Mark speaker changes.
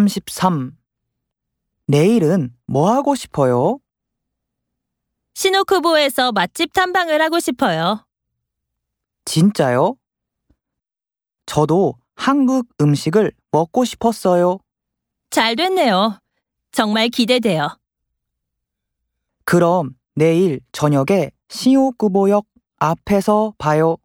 Speaker 1: 33. 내일은 뭐 하고 싶어요?
Speaker 2: 시노쿠보에서 맛집 탐방을 하고 싶어요.
Speaker 1: 진짜요? 저도 한국 음식을 먹고 싶었어요.
Speaker 2: 잘 됐네요. 정말 기대돼요.
Speaker 1: 그럼 내일 저녁에 시오쿠보역 앞에서 봐요.